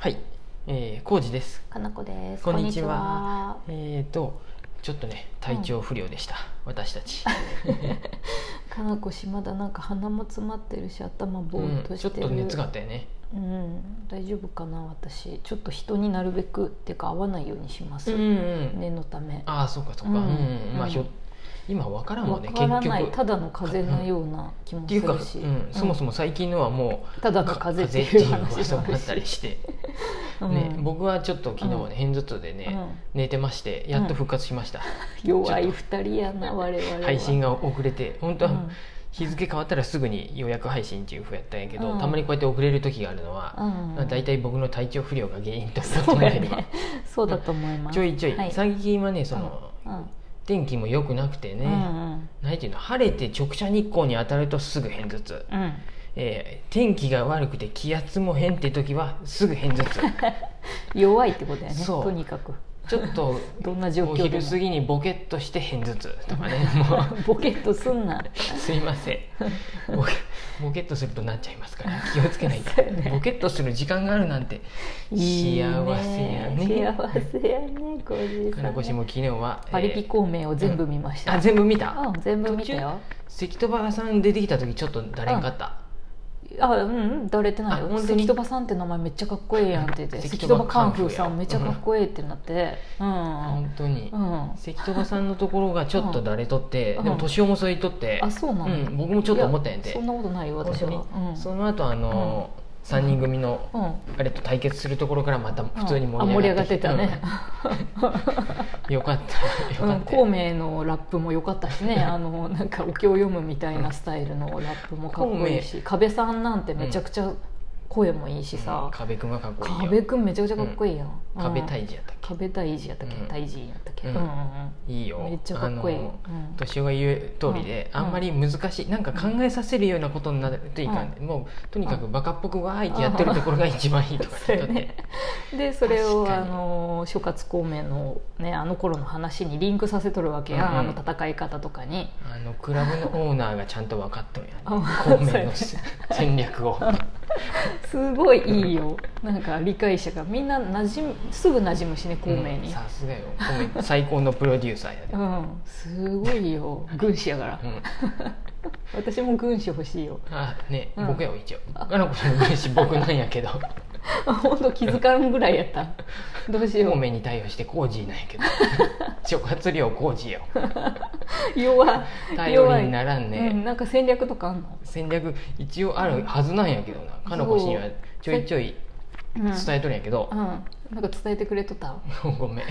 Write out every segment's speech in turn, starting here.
はい、えー、康二です。かなこです。こんにちはえっ、と、ちょっとね、体調不良でした、私たち。こんにちは。かなこ島田なんか鼻も詰まってるし頭ぼうーっん、とちょしってる。と熱があったよね。うん、大丈夫かな私。ちょっと人になるべくっていうか会わないようにします。ん念のため。ああ、そうか、そうか、う、うんんうんまあ、ひょうん、今わからんわわね、か結ら局。ないっただの風邪のような気もていすうか、うるし、ん、そもそもも最近のはもう。ただのか風風邪っ邪てっいていう噂う話ももああったるりし、して、うんね、僕はちょっと昨日はね、う片頭痛でね、うん寝てましてやっと復活しました、弱い二人やな我々は配信が遅れて本当は、うん日付変わったらすぐに予約配信っていうふうやったんやけど、うんたまにこうやって遅れる時があるのは、うん、まあ、大体僕の体調不良が原因と思そっうてやないのはねそうだと思います ちょいちょい、はい最近はねその、うん天気も良くなくてね、うんなんていうの晴れて直射日光に当たるとすぐ偏頭痛、うんうんえー天気が悪くて気圧も変って時はすぐ偏頭 痛弱いってことやねそうとにかくちょっとどんな状お況昼でも過ぎにボケっとして偏頭痛とか ねもうボケっとすんなすいませんボケボケっとするとなっちゃいます から気をつけないと、そうよねボケっとする時間があるなんて幸いせいやね幸せやねごじ金子氏も昨日は、パリピ孔明を全部見ました、あ全部見た、うん、全部見たよ関戸原さん出てきた時ちょっと誰んかった、あうん誰ってないあよ本当に関戸場さんって名前めっちゃかっこええやんって言って関関戸戸場場カンフーさカンフーやんめっちゃかっこええってなってうん本当に、うん関戸原さんのところがちょっと誰とって、うんでも年をもそいとって、あそうなのうん僕もちょっと思ったんやいてそんなことないよ私は本当にうその後あの三3人組の、ん、うん、あれと対決するところからまた普通にあ盛盛りり上上ががっっててきたたね、うんよかったようかん、った、孔明のラップも良かったし ねあのなんかお経を読むみたいなスタイルのラップもかっこいいし壁さんなんてめちゃくちゃ声もいいしさ、壁くんがかっこいいよ壁くんめちゃくちゃかっこいいやん、うん壁退治やったっ壁大事やったっけ、うん大事やったっけ、ううんんうんうんけいいよめっちゃかっこいい、あうんの年が言う通りで、うんあんまり難しいなんか考えさせるようなことになるといかん、もうとにかくバカっぽくわーいってやってるところが一番いいとか そうよねでそれを確かあにの諸葛孔明の、ね、あの頃の話にリンクさせとるわけや、うんん、あうんの戦い方とかにあのクラブのオーナーがちゃんと分かっとんやねあ孔そう明やのね戦略 をすごいいいよなんか理解者がみんな馴染むすぐ馴染むしね孔明うんに、さすがよ孔明最高のプロデューサーやで、うんすごいよ軍師やから、うん私も軍師欲しいよあね、うん僕やよ一応あの子の分 子僕なんやけどあ本当気づかんぐらいやった どうしよ孔う明に対応してコージーなんや けど諸葛亮コージーよ弱い頼弱りいにならんね、うん、なんか戦略とかあんの、戦略一応あるはずなんやけどなかのこ氏にはちょいちょいうん伝えとるんやけどう、ん、なんか伝えてくれとったごめん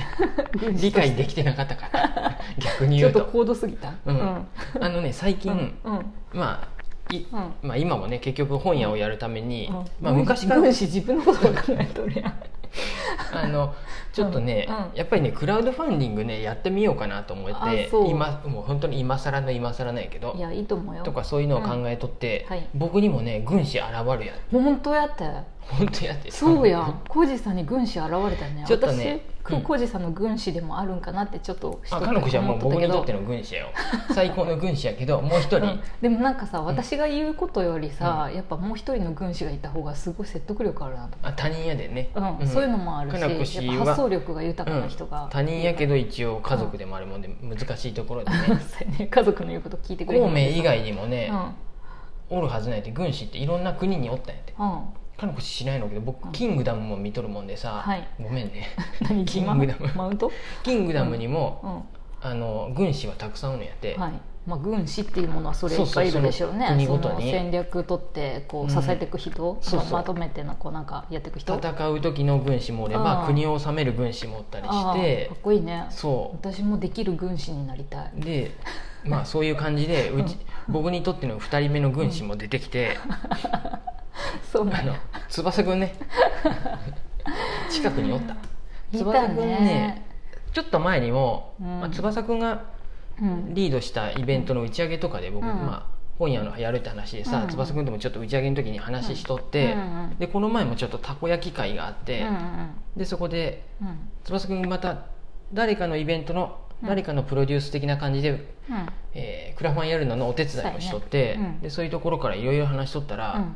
軍師理として解できてなかったから 逆にち言ょっうとと高度すぎたうんあのね最う近、んうんまあいうんまあ、今もね結局本屋をやるために、うんまあ、昔から軍師自分のことを考えとるやん あのちょっとね、うんうんやっぱりねクラウドファンディングねやってみようかなと思ってあそう今もう本当に今更の今更なんやけどいやいいと思うよとかそういうのを考えとって、うんはい僕にもね軍師現るやん本当やって本当やってそうや浩二さんに軍師現れたねちょっとね私うん浩二さんの軍師でもあるんかなってちょっとしとあっかたのこちゃんもう僕にとってのの軍師やよ最高の軍師やけどもう一人、でもなんかさ私が言うことよりさ、やっぱもう一人の軍師がいた方がすごい説得力あるなとあ他人やでね、思う、うんそういうのもあるかなこし氏やはっぱ発想力が豊かな人が、うん他人やけどど一応家族でもあるもんで難しいところでね家族の言うこと聞いてくれ孔るん明で以外にもねう、んおるはずないって軍師っていろんな国におったんやってうんかのこ氏知らないのけど僕、うんキングダムも見とるもんでさ、はいごめんね何キングダムママウント、キングダムにも、うんあの軍師はたくさんおるんやって、はいまあ、軍師っていうものはそれいそうっそぱういいるでしょうねその国そごとにの戦略取ってこうんう支えていく人、そうそうままとめてのこうなんかやっていく人戦う時の軍師もおればあー国を治める軍師もおったりあしーてかっこいいねそ私もできる軍師になりたいうでまあそういう感じ でうち僕にとっての2人目の軍師も出てきて、そうあ なのの翼くんね近くにおったい翼たくんねねちょっと前にも、うんまあ、翼くんがうんリードしたイベントの打ち上げとかで僕、うんまあ、本屋のやるって話でさ、うん翼くんともちょっと打ち上げの時に話しとって、うんうんでこの前もちょっとたこ焼き会があって、うんでそこでうんうん翼くんまた誰かのイベントのうん誰かのプロデュース的な感じで、うんえークラファンやるののお手伝いをしとってそうやねうんでそういうところからいろいろ話しとったら、うん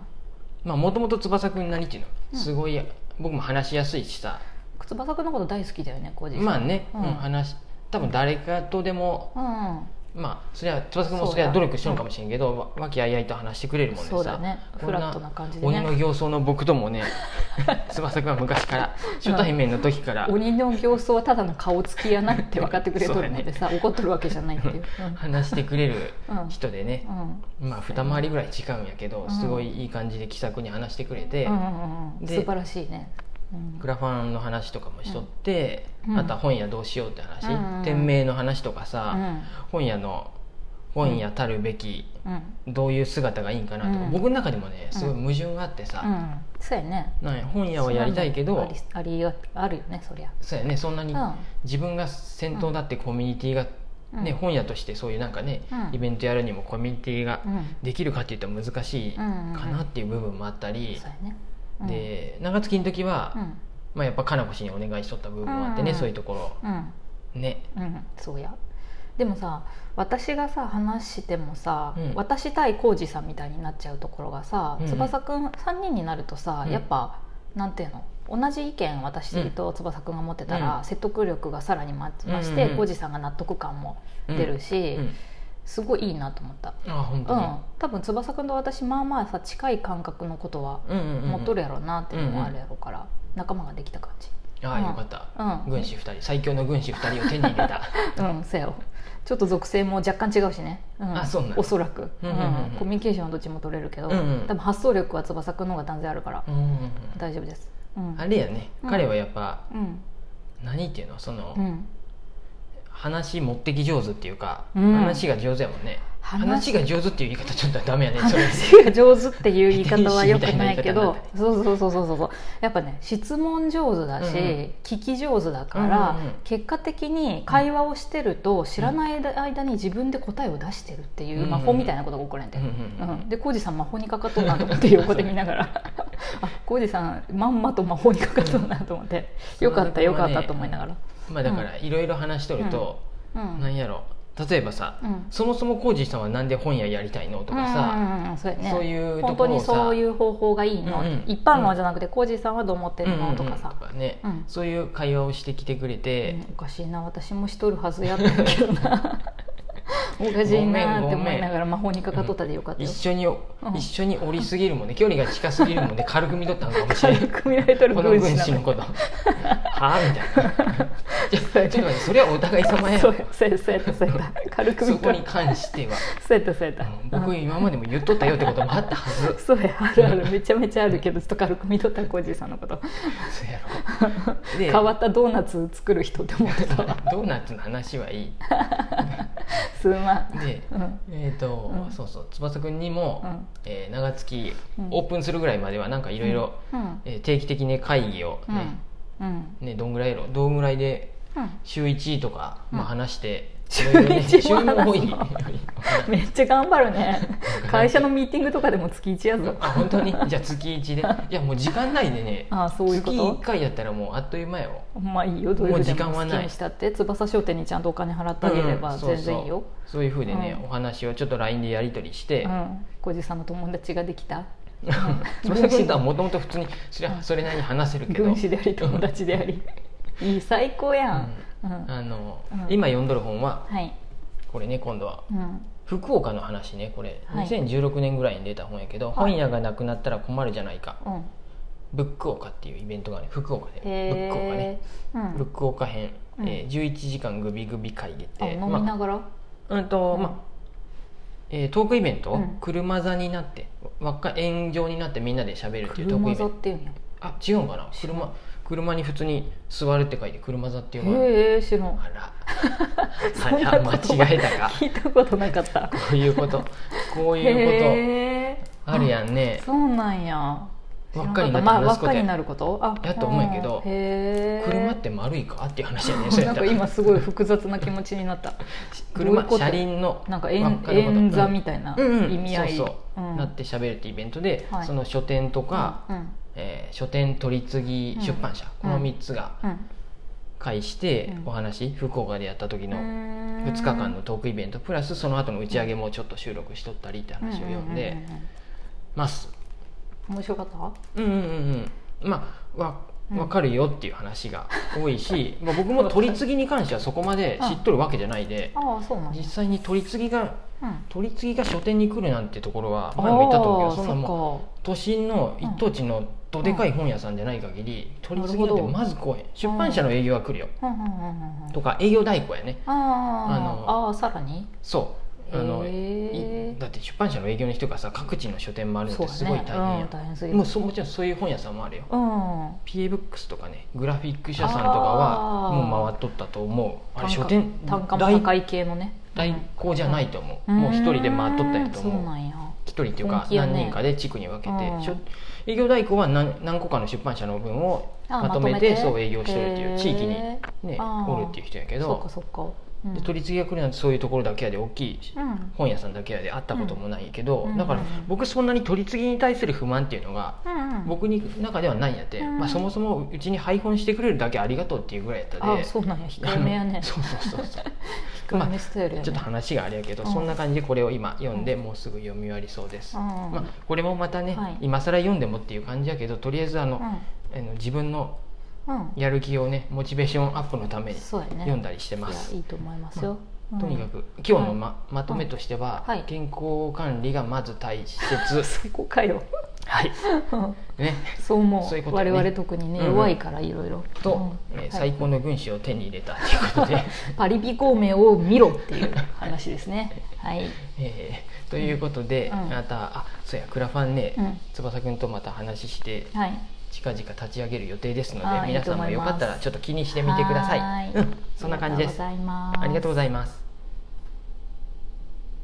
まあもともと翼くん何っていうのすごい僕も話しやすいしさ靴羽くんのこと大好きだよね浩二まあね、ううんん話多分誰かとでもうんまあそれは翼君もそうそだれは努力してるのかもしれんけど、わ和気あいあいと話してくれるもんでさそうだねこんフラットな感じでね鬼の形相の僕とも ね翼君は昔から初対面の時から鬼の形相はただの顔つきやなって分かってくれとるのでさ、怒っとるわけじゃないっ ていう、話してくれるうんうん人でね、うんまあ二回りぐらい違うんやけど、うんすごいいい感じで気さくに話してくれて、うんうんうん、で素晴らしいね、うんクラファンの話とかもしとって、うんあとは本屋どうしようって話、うんうん店名の話とかうさ、ん本屋の本屋たるべきうんどういう姿がいいんかなとか、うん僕の中でもねすごい矛盾があってうさ、んそうやねなんや本屋はやりたいけあどりありがあるよねそりゃそうやねそんなにうん自分が先頭だってコミュニティが、うんね本屋としてそういうなんかね、うんイベントやるにもコミュニティがうんできるかっていったら難しいかなっていう部分もあったりそう、やねうんで長月の時は、うんまあ、やっぱかなこ氏にお願いしとった部分もあってね、うんそういうとこうんろね。うんそうやでもさ私がさ話してもさ、うん私対浩二さんみたいになっちゃうところがさ、うんうん翼くん3人になるとさ、うんやっぱなんていうの同じ意見私と翼くんが持ってたら、うん説得力がさらに増増しうんてうんうん浩二、さんが納得感も出るし、うんすごいいいなと思った、あ本う当んに、多分翼くんと私まあまあさ近い感覚のことはうんうんうん持っとるやろうなっていうのもあるやろうから、仲間ができた感じああよかった、うん軍師2人最強の軍師2人を手に入れ たうん、そうやろちょっと属性も若干違うしね、うん、あそうなんおそらく、うんうんうんうんコミュニケーションはどっちも取れるけど、うんうん多分発想力は翼くんの方が断然あるから、うんうんうん大丈夫ですうんあれやね、うん彼はやっぱうん何っていうのその、うん話持ってき上手っていうか、うん話が上手やもんね話話が上手っていう言い方ちょっとダメやねそれ話が上手っていう言い方は良くない 天使みたいな言い方けどになったそうそうそうそうそうそうやっぱね質問上手だし、うんうん聞き上手だから、うんうんうん結果的に会話をしてると知らない間に自分で答えを出してるっていううん魔法みたいなことが起こるんだうんよう、うんうんん、で浩二さん魔法にかかっとんなと思って 横で見ながらあ浩二さんまんまと魔法にかかっとんなと思ってうんよかったよかっそんなとこはねたと思いながらまあだからいろいろ話しとると、うんなんやろ例えばさ、うんそもそも浩二さんはなんで本屋やりたいのとかうんさ、うんうんそうやねそういうとこ本当ろにをさそういう方法がいいの、うんうん一般論じゃなくて浩二さんはどう思ってるの、とかさ、とかね、うんそういう会話をしてきてくれて、うんおかしいな私もしとるはずやったけどなおかしいなって思いながら魔法にかかっとったでよかったよ一、緒に、ん一緒に降りすぎるもんね距離が近すぎるもん ね軽く見とったのかもしれない軽く見られとるこの軍軍師師なのの ことはあみたいなちょちょっと待ってそれはお互い様やそうやそうやそうやそうやった軽く見そとこるに関してはそうやったそうやったうん僕今までも言っとったよってこともあったは ずそうやあるあるめちゃめちゃあるけどちょっと軽く見とったコージーさんのことそうや ろで変わったドーナツ作る人って思って たわドーナツの話はいいすまんでうんえーとうんそうそう翼くんにも、うんえー長月うんオープンするぐらいまではなんかいろいろうんえー定期的に会議をうんね,、うんねどんぐらいやろどんぐらいでうん週1とか、まあ、話して、週いろいろね一も話す週のも多い めっちゃ頑張るね会社のミーティングとかでも月1やぞあ本当にじゃあ月1でいやもう時間内でねあそういうこ月1と回やったらもうあっという間よまあいいよどういうでもう時間もは好きないにしたって翼商店にちゃんとお金払ってあげれうばんそう全然いいよそうそういうふうでね、うんお話をちょっと LINE でやり取りしてうん浩二さんの友達ができた それ君とはもともと普通にそれはそれなりに話せるけど 軍師であり友達でありいい最高やん、うんあの、うん今読んどる本ははい、これね今度はうん、福岡の話ねこれ、はい2016年ぐらいに出た本やけど、はい本屋がなくなったら困るじゃないかうん、ブックオカっていうイベントがね福岡で、ブックオカへねえ、うんブックオカ編、うんえー11時間グビグビ会議っあて飲みなまがら、あ、うんとうんまあえートークイベント、うん車座になって輪っか円状になってみんなで喋るっていうトーク車イベ座ンっトていうんやあ違うんかな知らん車車に普通に座るって書いて車座っていうのがあるへえ知らんあ らそあんならこと間違えたか聞いたことなかったこういうことこういうこへえとあるやんねそうなんや輪っかになっ知らんてかったまあ輪話っすことかやになることあやと思うんやけどへえ車って丸いかっていう話やねそうや なっんたから今すごい複雑な気持ちになったどういう車こと車輪のなんか輪円っかのこと円座みたいなうんうん意味合いそうそう、うんなって喋るってイベントで、はいその書店とか、うんえー書店取り次ぎ出版社、うんこの3つがうん会してうんお話、福岡でやった時うのん2日間のトークイベントプラスその後の打ち上げもちょっと収録しとったりって話を読んううでううんます面白かったうんうんうんうんまあわ分かるよっていう話が多い し、まあ、僕も取り次ぎに関してはそこまで知っとるわけじゃないでああそうなん実です、際に取り次ぎがうん、取り次ぎが書店に来るなんてところは前も言ったと思うけどそんなもうも都心の一等地のどでかい本屋さんじゃない限り取り次ぎなんてまず来へん出版社の営業は来るようんうんうんうんとか営業代行やねあああああさらにそうあのへーいだって出版社の営業の人がさ各地の書店回るのっそうてすだねごい大変やうん、大変すぎんるもうそうもちろんそういう本屋さんもあるようんうん PA ブックスとかねグラフィック社さんとかはあーもう回っとったと思うあれ単価書店単価も代高い系のね代行じゃないと思う、んもう一人で回っとったんやとうんそう思なうんや一人っていうか本気やね何人かで地区に分けて、うんしょ営業代行は何何個かの出版社の分をあまとめてまとそう営業してるっていう地域にへねあーおるっていう人やけーそっかどそっか、うん、で取り次ぎが来るなんてそういうところだけやで大きいしうん本屋さんだけやで会ったこともないけど、うんだからうん僕そんなに取り次ぎに対する不満っていうのがうんうん僕に中ではないんやって、うんまあ、そもそもうちに配本してくれるだけありがとうっていうぐらいやったであそうなんやあ控えのめや ねそうそうそう そう控えめスタイルやね、ちょっと話があれやけど、うんそんな感じでこれを今読んで、もうすぐ読み終わりそうです、うんまあ、これもまたね、はい今更読んでもっていう感じやけどとりあえずあの、あの自分のうんうんやる気をねモチベーションアップのためにそうやね読んだりしてまいす、やいいと思いますよ、うんとにかく今日のま,、まとめとしては、はい健康管理がまず大切 そこかよはいね そう思うそういうことね我々特にね、うんうん弱いからいろいろと、えうんーはい最高の軍師を手に入れたということで、パリピ孔明を見ろっていう話ですねはい、 えーということで、うんまたあそうやクラファンね、うん、翼くんとまた話して はい近々立ち上げる予定ですのあーで皆さんもいいと思いよますかったらちょっと気にしてみてくださいはーいうん、そんな感じですありがとうございますありがとうございます